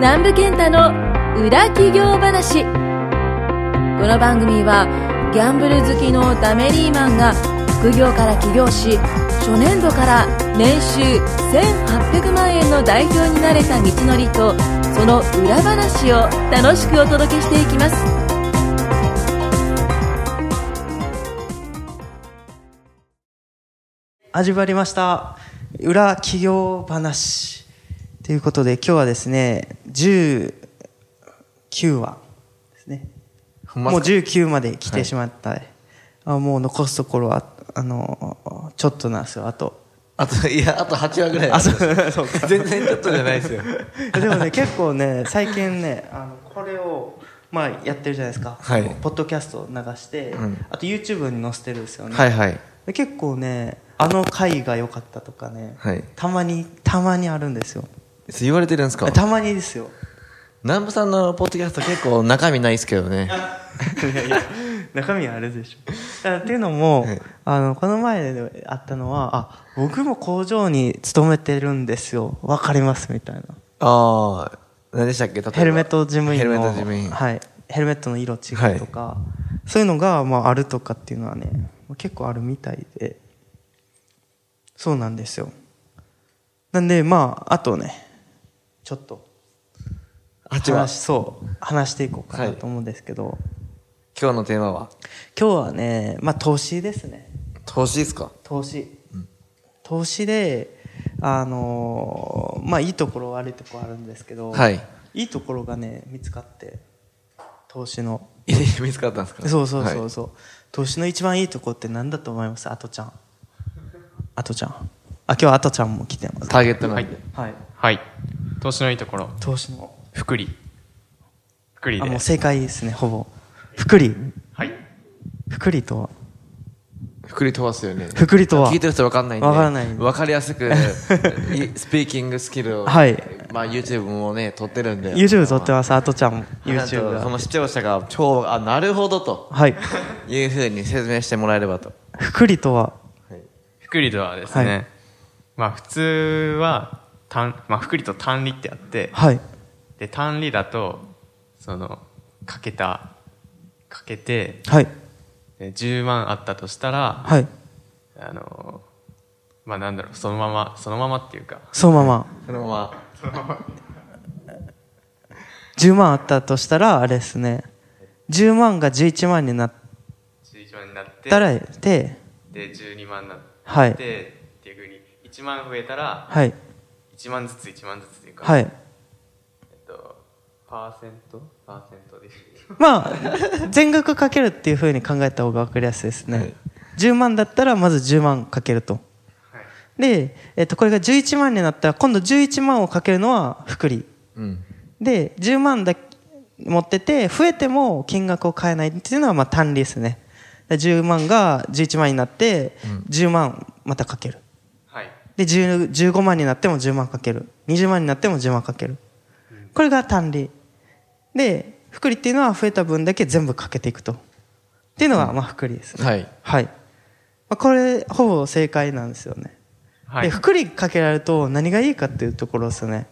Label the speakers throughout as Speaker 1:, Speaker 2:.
Speaker 1: 南部健太の裏企業話この番組はギャンブル好きのダメリーマンが副業から起業し初年度から年収1800万円の代表になれた道のりとその裏話を楽しくお届けしていきます
Speaker 2: 始まりました裏企業話ということで今日はですね19話ですね
Speaker 3: ほんまっ
Speaker 2: もう
Speaker 3: すか
Speaker 2: 19まで来てしまった、あもう残すところはあのちょっとなんですよあ と
Speaker 3: あと、いや、あと8話ぐらい
Speaker 2: あ
Speaker 3: なんで
Speaker 2: そ
Speaker 3: す
Speaker 2: うそうか
Speaker 3: 全然ちょっとじゃないですよ。
Speaker 2: でもね結構ね最近ねあのこれをまあやってるじゃないですか、
Speaker 3: はい
Speaker 2: ポッドキャストを流して、
Speaker 3: うん
Speaker 2: あと YouTube に載せてるんですよね、
Speaker 3: はいはい。
Speaker 2: で結構ねあの回が良かったとかね、
Speaker 3: はい
Speaker 2: たまにたまにあるんですよ
Speaker 3: 言われてるんですか
Speaker 2: たまにですよ
Speaker 3: 南部さんのポッドキャスト結構中身ないですけどね。
Speaker 2: いやいや中身はあれでしょだからっていうのも、
Speaker 3: はい
Speaker 2: あのこの前であったのはあ僕も工場に勤めてるんですよわかりますみたいな
Speaker 3: ああ、何でしたっけ例えば
Speaker 2: ヘルメット事務員の
Speaker 3: ヘルメット事務員。
Speaker 2: はい、ヘルメットの色違うとか、そういうのが、まあ、あるとかっていうのはね結構あるみたいでそうなんですよなんでまああとねちょっと
Speaker 3: 八話
Speaker 2: 話そう話していこうかなと思うんですけど、
Speaker 3: 今日のテーマは
Speaker 2: 今日はね、まあ、投資ですね
Speaker 3: 投資ですか
Speaker 2: 投資、投資であのーまあいいところ悪いところあるんですけど、
Speaker 3: はい、
Speaker 2: いいところがね見つかって投資の
Speaker 3: いやいや見つかったんですか
Speaker 2: そうそうそう
Speaker 3: はい
Speaker 2: そう、投資の一番いいとこって何だと思いますあとちゃんあとちゃんあ今日はあとちゃんも来てます
Speaker 3: ターゲットなんで。
Speaker 2: はい
Speaker 4: はい投資のいいところ
Speaker 2: 投資の
Speaker 4: 福利福利
Speaker 2: あも
Speaker 4: で
Speaker 2: う正解ですねほぼ福利
Speaker 4: はい
Speaker 2: 福利とは
Speaker 3: 福利とはですよね。
Speaker 2: 福利とは
Speaker 3: 聞いてる人分かんないんで。
Speaker 2: 分からない
Speaker 3: 分かりや すく、いスピーキングスキルを。
Speaker 2: はい。
Speaker 3: まあ YouTube もね、撮ってるんで。
Speaker 2: YouTube 撮ってますあとちゃんも
Speaker 3: なんと
Speaker 2: YouTube
Speaker 3: そ
Speaker 2: が
Speaker 3: の視聴者が超あなるほどと
Speaker 2: はい
Speaker 3: いうふうに説明してもらえればと
Speaker 2: 福利とは
Speaker 4: 福利とはですね、
Speaker 2: はい
Speaker 4: まあ普通は単、まあ、福利と単利ってあって
Speaker 2: はい
Speaker 4: で単利だとそのかけたかけて
Speaker 2: はい
Speaker 4: で10万あったとしたら、
Speaker 2: はい
Speaker 4: あのまあなんだろうそのままそのままっていうか
Speaker 2: そのまま
Speaker 3: そのまま
Speaker 2: 10万あったとしたらあれですね10万が11万になっ
Speaker 4: 11万になって
Speaker 2: たらで
Speaker 4: で12万になって、
Speaker 2: はい
Speaker 4: っていうふうに1万増えたら
Speaker 2: はい
Speaker 4: 1万ずつ1万ずつというか、
Speaker 2: はい
Speaker 4: えっと、パーセントパーセントで
Speaker 2: まあ全額かけるっていうふうに考えた方が分かりやすいですね、
Speaker 3: はい
Speaker 2: 10万だったらまず10万かけると
Speaker 4: はい
Speaker 2: で、えっとこれが11万になったら今度11万をかけるのは福利
Speaker 3: うん
Speaker 2: で10万だけ持ってて増えても金額を変えないっていうのはまあ単利ですねで10万が11万になって10万またかける
Speaker 4: はい
Speaker 2: で10 15万になっても10万かける20万になっても10万かけるこれが単利で福利っていうのは増えた分だけ全部かけていくとっていうのがまあ福利ですね
Speaker 3: はい
Speaker 2: はい、まあ、これほぼ正解なんですよね、
Speaker 4: は
Speaker 2: で
Speaker 4: い
Speaker 2: 福利かけられると何がいいかっていうところですよね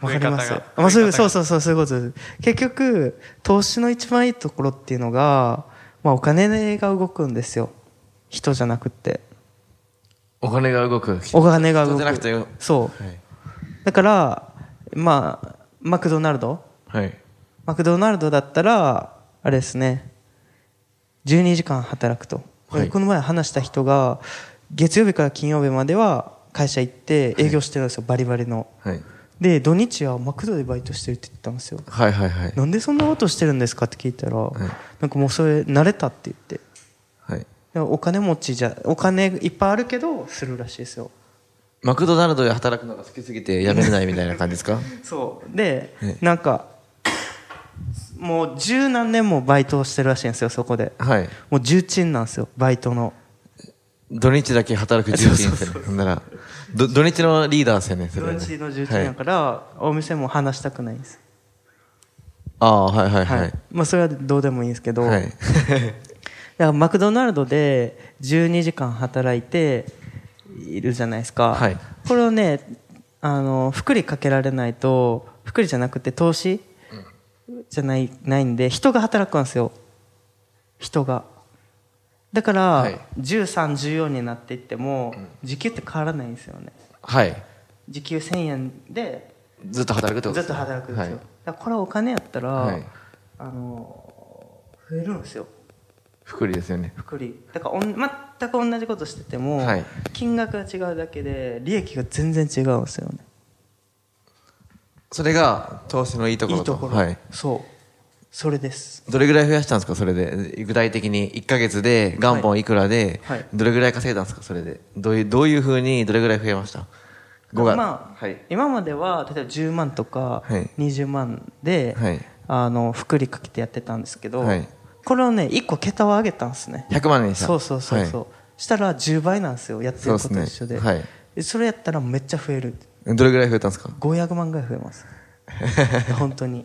Speaker 2: わかります
Speaker 4: 増え方が
Speaker 2: まあ、そういう
Speaker 4: 増
Speaker 2: そう
Speaker 4: え方が
Speaker 2: そうそうそういうことです結局投資の一番いいところっていうのが、まあ、お金が動くんですよ人じゃなくって
Speaker 3: お金が動く
Speaker 2: お金が動
Speaker 3: 人
Speaker 2: く
Speaker 3: じゃなくては
Speaker 2: そう
Speaker 3: い
Speaker 2: だからまあマクドナルド
Speaker 3: はい
Speaker 2: マクドナルドだったらあれですね12時間働くと、
Speaker 3: はい
Speaker 2: この前話した人が月曜日から金曜日までは会社行って営業してるんですよ、バリバリの
Speaker 3: はい
Speaker 2: で土日はマクドでバイトしてるって言ってたんですよ
Speaker 3: はいはいはい
Speaker 2: なんでそんなことしてるんですかって聞いたら、なんかもうそれ慣れたって言って
Speaker 3: はい
Speaker 2: でもお金持ちじゃお金いっぱいあるけどするらしいですよ
Speaker 3: マクドナルドで働くのが好きすぎてやめれないみたいな感じですか
Speaker 2: そうで、
Speaker 3: え
Speaker 2: なんかもう十何年もバイトをしてるらしいんですよそこで
Speaker 3: はい
Speaker 2: もう重鎮なんですよバイトの
Speaker 3: 土日だけ働く重鎮ですよねほんならど土日のリーダーですよねそ
Speaker 2: 土
Speaker 3: れはね
Speaker 2: 日の重鎮や
Speaker 3: はい
Speaker 2: から、お店も話したくないんです
Speaker 3: ああはいはい
Speaker 2: はい、
Speaker 3: はい
Speaker 2: まあそれはどうでもいいんですけど、
Speaker 3: は
Speaker 2: だ
Speaker 3: い
Speaker 2: からマクドナルドで12時間働いているじゃないですか、
Speaker 3: はい
Speaker 2: これをねあの福利かけられないと福利じゃなくて投資じゃないないんで人が働くんですよ人がだから、
Speaker 3: はい
Speaker 2: 1314になっていっても時給って変わらないんですよね
Speaker 3: はい。
Speaker 2: 時給1000円で
Speaker 3: ずっと働くってこ
Speaker 2: ず
Speaker 3: とで
Speaker 2: っ
Speaker 3: す
Speaker 2: と
Speaker 3: ね
Speaker 2: 働くんですよ、
Speaker 3: はい
Speaker 2: だからこれはお金やったら、
Speaker 3: はい
Speaker 2: あの増えるんですよ
Speaker 3: 福利ですよね。
Speaker 2: 福利だからおん全く同じことしてても、
Speaker 3: はい
Speaker 2: 金額が違うだけで利益が全然違うんですよね
Speaker 3: それが投資のいいとこ
Speaker 2: い
Speaker 3: ろ
Speaker 2: いところ、
Speaker 3: はい。
Speaker 2: そうそれです
Speaker 3: どれぐらい増やしたんですかそれで。具体的に1ヶ月で元本いくらで
Speaker 2: はいはい、
Speaker 3: どれぐらい稼いだんですかそれで。どういう、どういうふうにどれぐらい増えました五月。
Speaker 2: まあ
Speaker 3: はい。
Speaker 2: 今までは例えば10万とか
Speaker 3: はい
Speaker 2: 20万で、
Speaker 3: はい
Speaker 2: あの福利かけてやってたんですけど、
Speaker 3: はい
Speaker 2: これをね1個桁を上げたんですね
Speaker 3: 100万円でした。
Speaker 2: そうそうそうそう、
Speaker 3: は
Speaker 2: したら10倍なんですよやってること
Speaker 3: そう
Speaker 2: 一
Speaker 3: です
Speaker 2: 緒
Speaker 3: ね
Speaker 2: で
Speaker 3: はい
Speaker 2: でそれやったらめっちゃ増える
Speaker 3: い。どれぐらい増えたんですか
Speaker 2: 500万ぐらい増えます本当に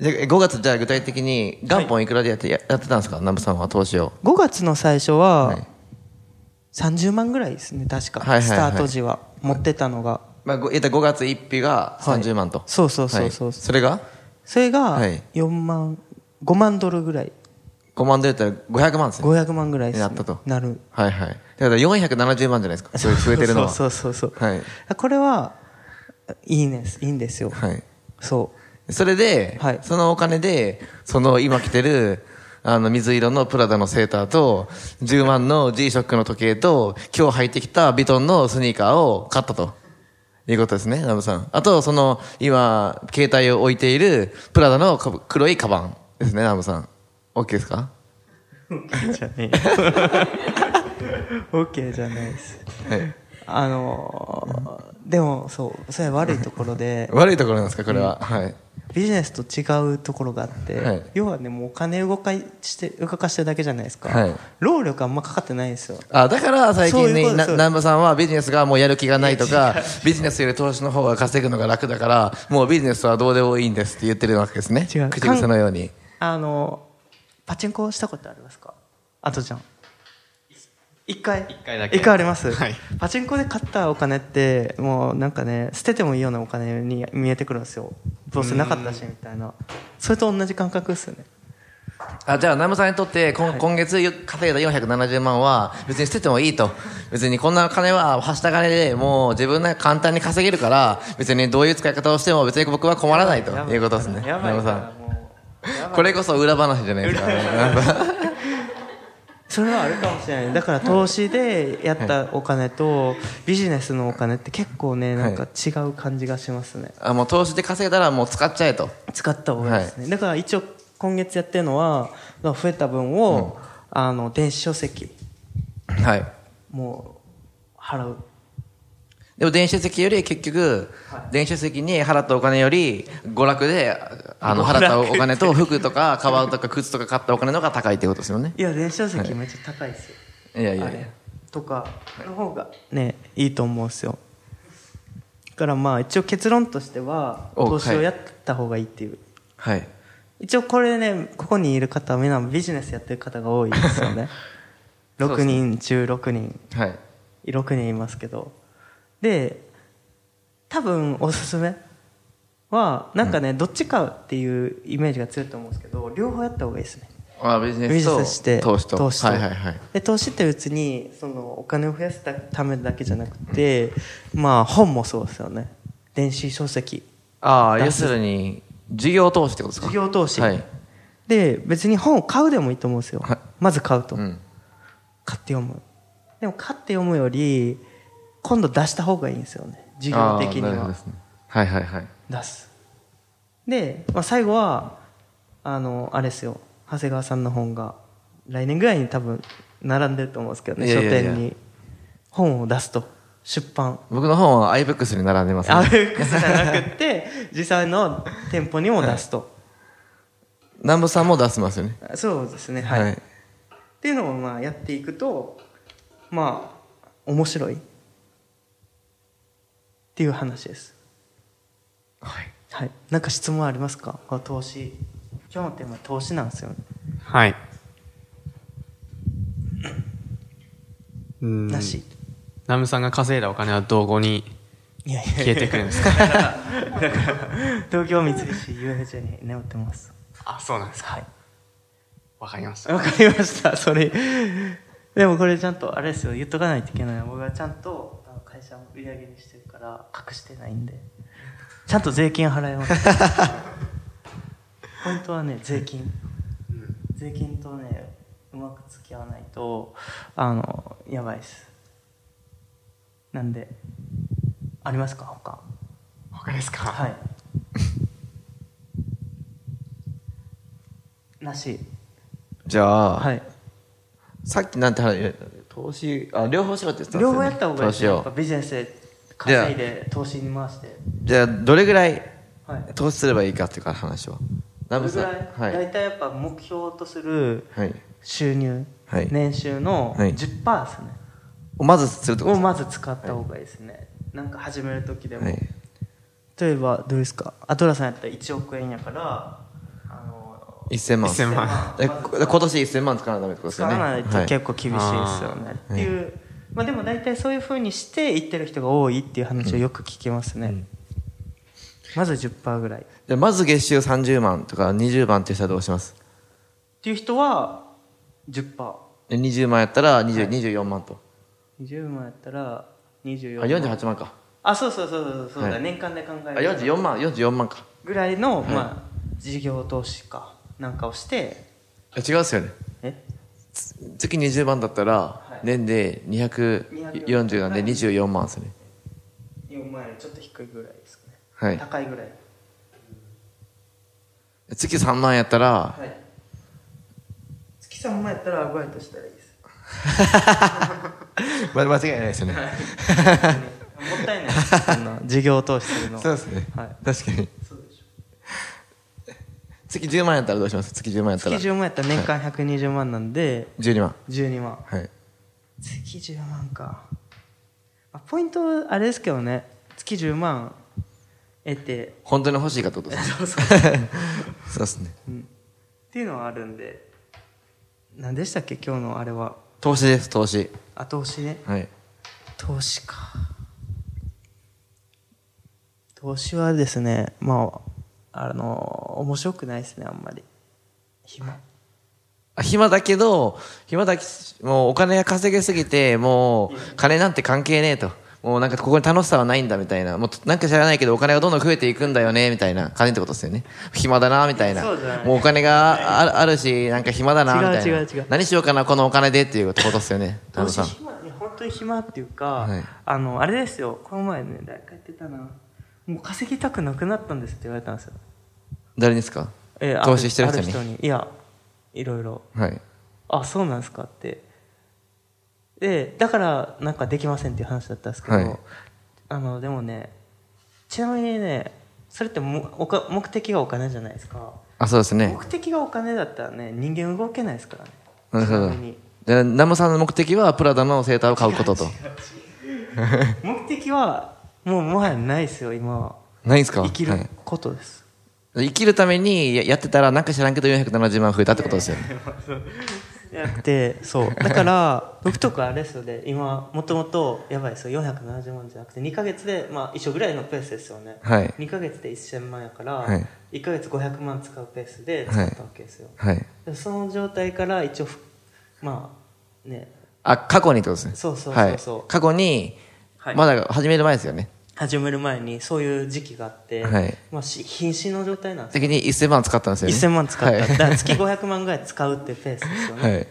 Speaker 3: で5月じゃあ具体的に元本いくらでやって,、ややってたんですか南部さんは投資を。
Speaker 2: 5月の最初は、
Speaker 3: はい
Speaker 2: 30万ぐらいですね確か、
Speaker 3: はいはいは
Speaker 2: ス
Speaker 3: い
Speaker 2: タート時は持ってたのが
Speaker 3: まあ、ご言ったら5月1日が30万と。
Speaker 2: はいそうそうそうそう
Speaker 3: はいそれが
Speaker 2: それが
Speaker 3: はい
Speaker 2: 4万5万ドルぐらい
Speaker 3: 5万で言ったら500万ですね。
Speaker 2: 500万ぐらいです、ね、
Speaker 3: なったと
Speaker 2: なる
Speaker 3: はいはい。だから470万じゃないですか。そういう増えてるのは。
Speaker 2: そうそうそうそう
Speaker 3: はい。
Speaker 2: これはいいんですいいんですよ、
Speaker 3: はい。
Speaker 2: そう
Speaker 3: それで、
Speaker 2: はい
Speaker 3: そのお金で、その今着てる、あの、水色のプラダのセーターと、10万の G-SHOCK の時計と、今日履いてきたビトンのスニーカーを買ったと。いうことですね、ナムさん。あと、その、今、携帯を置いている、プラダのかぶ黒いカバンですね、ナムさん。OK ですか
Speaker 2: じゃねえ OK じゃないです
Speaker 3: はい。
Speaker 2: あのーでもそうそれは悪いところで
Speaker 3: 悪いところなんですか、これは。はい。
Speaker 2: ビジネスと違うところがあって、
Speaker 3: はい
Speaker 2: 要はねもうお金動かして動かしてるだけじゃないですか、
Speaker 3: はい
Speaker 2: 労力あんまかかってないんですよ
Speaker 3: あだから最近
Speaker 2: そういうことで
Speaker 3: ね、な
Speaker 2: す
Speaker 3: 南波さんはビジネスがもうやる気がないとか、ビジネスより投資の方が稼ぐのが楽だから、もうビジネスはどうでもいいんですって言ってるわけですね。
Speaker 2: 違う
Speaker 3: 口癖のように。
Speaker 2: あのパチンコしたことありますかあとじゃん一回
Speaker 4: 一回だけ
Speaker 2: 一回あります、
Speaker 4: はい
Speaker 2: パチンコで買ったお金ってもうなんかね捨ててもいいようなお金に見えてくるんですよどうせなかったしみたいなそれと同じ感覚ですよね
Speaker 3: あじゃあ南波さんにとって、今今月稼いだ470万は別に捨ててもいいと。別にこんな金ははした金でもう自分で簡単に稼げるから、別にどういう使い方をしても別に僕は困らないということですね。
Speaker 2: やばい
Speaker 3: 南
Speaker 2: やば
Speaker 3: 波
Speaker 2: いか
Speaker 3: さ
Speaker 2: ら
Speaker 3: ん。
Speaker 2: もうやばい
Speaker 3: これこそ裏話じゃないですか。
Speaker 2: それはあるかもしれないだから投資でやったお金とビジネスのお金って結構ねなんか違う感じがしますね
Speaker 3: あもう投資で稼いだらもう使っちゃえと。
Speaker 2: 使った方がいいですね、だから一応今月やってるのはまあ増えた分を、あの電子書籍
Speaker 3: はい。
Speaker 2: もう払う
Speaker 3: でも電子書籍より結局、電子書籍に払ったお金より娯楽であの払ったお金と服とかカバンとか靴とか買ったお金の方が高いってことですよね
Speaker 2: いや電子書籍めっちゃ高いですよ、
Speaker 3: いやいや
Speaker 2: あ
Speaker 3: いや
Speaker 2: れとかの方がねいいと思うんですよだからまあ一応結論としては
Speaker 3: お
Speaker 2: 投資を
Speaker 3: はい
Speaker 2: やった方がいいっていう
Speaker 3: はい
Speaker 2: 一応これねここにいる方はみんなビジネスやってる方が多いですよ ね
Speaker 3: そうで
Speaker 2: 6
Speaker 3: すね
Speaker 2: 人中6人
Speaker 3: はい
Speaker 2: 6人いますけどで多分おすすめはなんかね、どっちかっていうイメージが強いと思うんですけど両方やった方がいいですね
Speaker 3: あビジネ
Speaker 2: ビ
Speaker 3: ス
Speaker 2: ジ
Speaker 3: と
Speaker 2: ネスして
Speaker 3: 投資とはいはいはい
Speaker 2: で投資って別にそのお金を増やすためだけじゃなくて、まあ本もそうですよね電子書籍
Speaker 3: ああ要するに事業投資ってことですか
Speaker 2: 事業投資、
Speaker 3: はい
Speaker 2: で別に本を買うでもいいと思うんですよ、
Speaker 3: はい
Speaker 2: まず買うと、
Speaker 3: うん
Speaker 2: 買って読むでも買って読むより今度出した方がいいんですよね事業的に
Speaker 3: ああなるほど
Speaker 2: は
Speaker 3: ですねはいはいはい
Speaker 2: 出すで、まあ、最後はあのあれですよ長谷川さんの本が来年ぐらいに多分並んでると思うんですけどね
Speaker 3: いやいやいや
Speaker 2: 書店に本を出すと出版
Speaker 3: 僕の本は iBooks に並んでますね
Speaker 2: あウェブじゃなくて実際の店舗にも出すと、
Speaker 3: 南部さんも出せますよね
Speaker 2: そうですね
Speaker 3: は
Speaker 2: はい
Speaker 3: い
Speaker 2: っていうのをまあやっていくとまあ面白いっていう話です
Speaker 3: はい
Speaker 2: はいなんか質問ありますかこの投資今日のテーマ投資なんですよね
Speaker 4: はい。うーん
Speaker 2: なし
Speaker 4: ナムさんが稼いだお金はどこに
Speaker 2: いやいや
Speaker 4: 消えてくるんですか
Speaker 2: 東京三菱 UFJ に眠ってます
Speaker 4: あ、そうなんですか。わかりまし た。
Speaker 2: わかりましたそれでもこれちゃんとあれですよ言っとかないといけない僕はちゃんとあの会社を売り上げにしてるから隠してないんでちゃんと税金払いますポイントはね税金税金とねうまく付き合わないとあのやばいですなんでありますか他
Speaker 4: 他ですか
Speaker 2: はいなし
Speaker 3: じゃあ、
Speaker 2: はい
Speaker 3: さっきなんて話投資あ両方しろって言ってたんで
Speaker 2: 両
Speaker 3: すよね
Speaker 2: 方やった方がいいですねやっぱ
Speaker 3: 投資を
Speaker 2: ビジネスで稼いで投資に回して
Speaker 3: じゃあどれぐらい
Speaker 2: はい
Speaker 3: 投資すればいいかっていうか話はナム
Speaker 2: そ
Speaker 3: さん
Speaker 2: れぐらい、
Speaker 3: はい
Speaker 2: 大体やっぱ目標とする
Speaker 3: はい
Speaker 2: 収入、
Speaker 3: はい
Speaker 2: 年収の
Speaker 3: は
Speaker 2: 10%
Speaker 3: い
Speaker 2: ですね、
Speaker 3: をまずするってこ
Speaker 2: を
Speaker 3: とですか
Speaker 2: まず使った方がいいですね、なんか始める時でも、
Speaker 3: はい
Speaker 2: 例えばどうですかアトラさんやったら1億円やからあの
Speaker 3: 1000万
Speaker 4: 1000万
Speaker 3: えこ今年1000万使わないとダメってことです
Speaker 2: 使
Speaker 3: よね
Speaker 2: わないと
Speaker 3: はい
Speaker 2: 結構厳しいですよね、っていう、まあ、でも大体そういうふうにしていってる人が多いっていう話をよく聞きますね、まず10%ぐらいっ
Speaker 3: じゃあまず月収30万とか20万っていう人はどうします
Speaker 2: ていう人は10%
Speaker 3: で20万やったら20 24万と
Speaker 2: 20万やったら24
Speaker 3: あ
Speaker 2: 万
Speaker 3: 48万か
Speaker 2: あそうそうそうそうそうだ、
Speaker 3: はい
Speaker 2: 年間で考
Speaker 3: あ
Speaker 2: える
Speaker 3: 44万44万か
Speaker 2: ぐらいの、まあ、事業投資かなんかをして
Speaker 3: え違うっすよね
Speaker 2: え
Speaker 3: つ月20万だったら
Speaker 2: い
Speaker 3: 年で240なんで24万ですね
Speaker 2: 4万円よりちょっと低いぐらいですかね、
Speaker 3: はい
Speaker 2: 高いぐらい
Speaker 3: 月3万やったら
Speaker 2: はい月3万やったらアルバイトしたらいいです
Speaker 3: ま間違いないですよね
Speaker 2: もったい ないそんな事業投資するの
Speaker 3: そうですね
Speaker 2: はい
Speaker 3: 確かに
Speaker 2: そうでしょ
Speaker 3: 月10万やったらどうします月10万やった
Speaker 2: 月
Speaker 3: ら
Speaker 2: 10万やったら年間120万なんで、
Speaker 3: 12万
Speaker 2: 12万
Speaker 3: はい
Speaker 2: 月10万か、まあ、ポイントあれですけどね月10万得て
Speaker 3: 本当に欲しいかってことです
Speaker 2: そう
Speaker 3: ね
Speaker 2: そう
Speaker 3: そうですね
Speaker 2: っていうのはあるんで何でしたっけ今日のあれは
Speaker 3: 投資です投資
Speaker 2: 後押しね
Speaker 3: はい
Speaker 2: 投資か投資はですねまああの面白くないですねあんまり暇
Speaker 3: あ暇だけど暇だけもうお金が稼げすぎてもう金なんて関係ねえともうなんかここに楽しさはないんだみたいなもうなんか知らないけどお金がどんどん増えていくんだよねみたいな金ってことですよね暇だなみたいな
Speaker 2: そうじゃない
Speaker 3: もうお金があるあるしなんか暇だなみたいな
Speaker 2: 違う違う違う
Speaker 3: 何しようかなこのお金でっていうことですよね田
Speaker 2: 投
Speaker 3: 辺
Speaker 2: 資
Speaker 3: さん
Speaker 2: 暇いや本当に暇っていうか、
Speaker 3: はい
Speaker 2: あのあれですよこの前ね誰か言ってたなもう稼ぎたくなくなったんですって言われたんですよ、
Speaker 3: 誰ですか
Speaker 2: えーあ
Speaker 3: 投資してる人
Speaker 2: あ
Speaker 3: に
Speaker 2: 人にいやいろいろ
Speaker 3: はい
Speaker 2: あそうなんですかってでだからなんかできませんっていう話だったんですけど、
Speaker 3: はい
Speaker 2: あのでもねちなみにねそれってもおか目的がお金じゃないですか
Speaker 3: あそうですね
Speaker 2: 目的がお金だったらね人間動けないですからね
Speaker 3: なるほど
Speaker 2: ちなみに
Speaker 3: でナムさんの目的はプラダのセーターを買うこ とと
Speaker 2: 目的はもうもはやないですよ今は
Speaker 3: ないんですか
Speaker 2: 生き
Speaker 3: は
Speaker 2: る
Speaker 3: い
Speaker 2: ことです、
Speaker 3: 生きるためにややってたらなんか知らんけど470万増えたってことですよね
Speaker 2: やってそうだから僕とかあれですよね今もともとやばいですよ470万じゃなくて2か月で、まあ、一緒ぐらいのペースですよね
Speaker 3: はい
Speaker 2: 2ヶ月で1000万やから、
Speaker 3: はい
Speaker 2: 1ヶ月500万使うペースで使ったわけですよ、
Speaker 3: はい
Speaker 2: でその状態から一応ふまあね
Speaker 3: あ過去にってことですね
Speaker 2: そうそうそうそう
Speaker 3: はい、過去に、
Speaker 2: はい
Speaker 3: まだ始める前ですよね
Speaker 2: 始める前にそういう時期があって、
Speaker 3: はい
Speaker 2: まあ、し瀕死の状態なんですよ
Speaker 3: 的に1000万使ったんですよね
Speaker 2: 1000万使った、
Speaker 3: はい
Speaker 2: だから月500万ぐらい使うっていうペースですよね、
Speaker 3: はい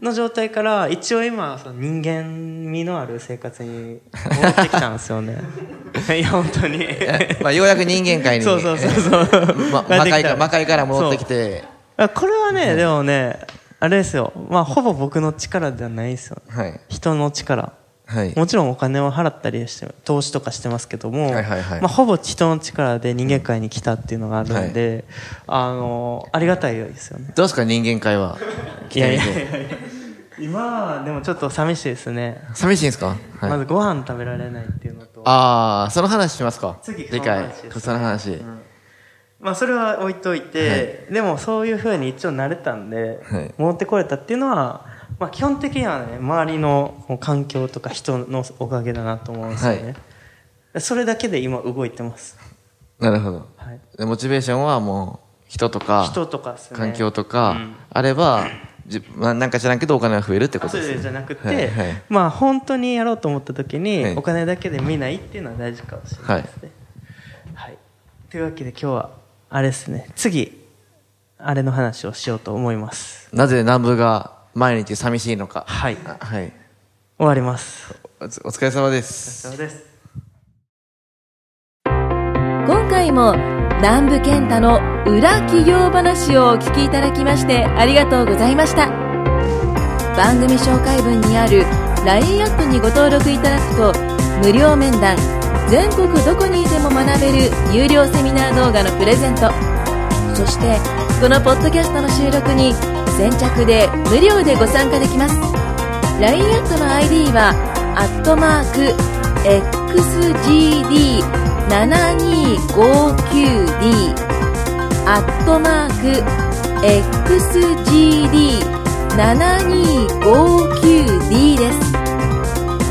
Speaker 2: の状態から一応今その人間味のある生活に戻ってきたんですよ ねいや本当に
Speaker 3: えまあ、ようやく人間界 に
Speaker 2: そうそうそうそう
Speaker 3: ま、魔界か魔界から戻ってきて
Speaker 2: あこれはね、でもね、あれですよ。まあ、ほぼ僕の力ではないですよね。
Speaker 3: はい
Speaker 2: 人の力。
Speaker 3: はい
Speaker 2: もちろんお金を払ったりして、投資とかしてますけども、
Speaker 3: はいはいはい
Speaker 2: まあ、ほぼ人の力で人間界に来たっていうのがあるんで、あの、ありがたいですよね。
Speaker 3: どうですか人間界はい
Speaker 2: やいやいやいや今はでもちょっと寂しいですね。
Speaker 3: 寂しいんですか、はい
Speaker 2: まずご飯食べられないっていうのと、
Speaker 3: ああその話しますか
Speaker 2: 次
Speaker 3: 次回
Speaker 2: そ
Speaker 3: そ
Speaker 2: の
Speaker 3: の話、
Speaker 2: まあ、それは置いといて、でもそういうふうに一応慣れたんで、
Speaker 3: はい
Speaker 2: 戻ってこれたっていうのはまあ、基本的にはね周りの環境とか人のおかげだなと思うんですよね、それだけで今動いてます、
Speaker 3: なるほど。
Speaker 2: はい、
Speaker 3: でモチベーションはもう、人とか、
Speaker 2: 人とかですね
Speaker 3: 環境
Speaker 2: か
Speaker 3: とか、
Speaker 2: うん
Speaker 3: あれば、じまあ、なんか知らんけどお金が増えるってこと
Speaker 2: そ
Speaker 3: です
Speaker 2: れ
Speaker 3: ね。
Speaker 2: じゃなくて、
Speaker 3: はいはい
Speaker 2: まあ本当にやろうと思った時に、
Speaker 3: はい
Speaker 2: お金だけで見ないっていうのは大事かもしれないですねはい、というわけで今日はあれですね次あれの話をしようと思います
Speaker 3: なぜ南部が毎日寂しいのか。
Speaker 2: はい終
Speaker 3: あはい。
Speaker 2: わります
Speaker 3: おつお疲れ様です。
Speaker 2: そうです
Speaker 1: 今回も南部健太の裏企業話をお聞きいただきましてありがとうございました番組紹介文にある LINE アップにご登録いただくと無料面談全国どこにいても学べる有料セミナー動画のプレゼントそしてこのポッドキャストの収録に先着で無料でご参加できます LINE アットの ID はアットマーク XGD7259D アットマーク XGD7259D です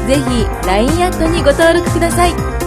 Speaker 1: ぜひ LINE アットにご登録ください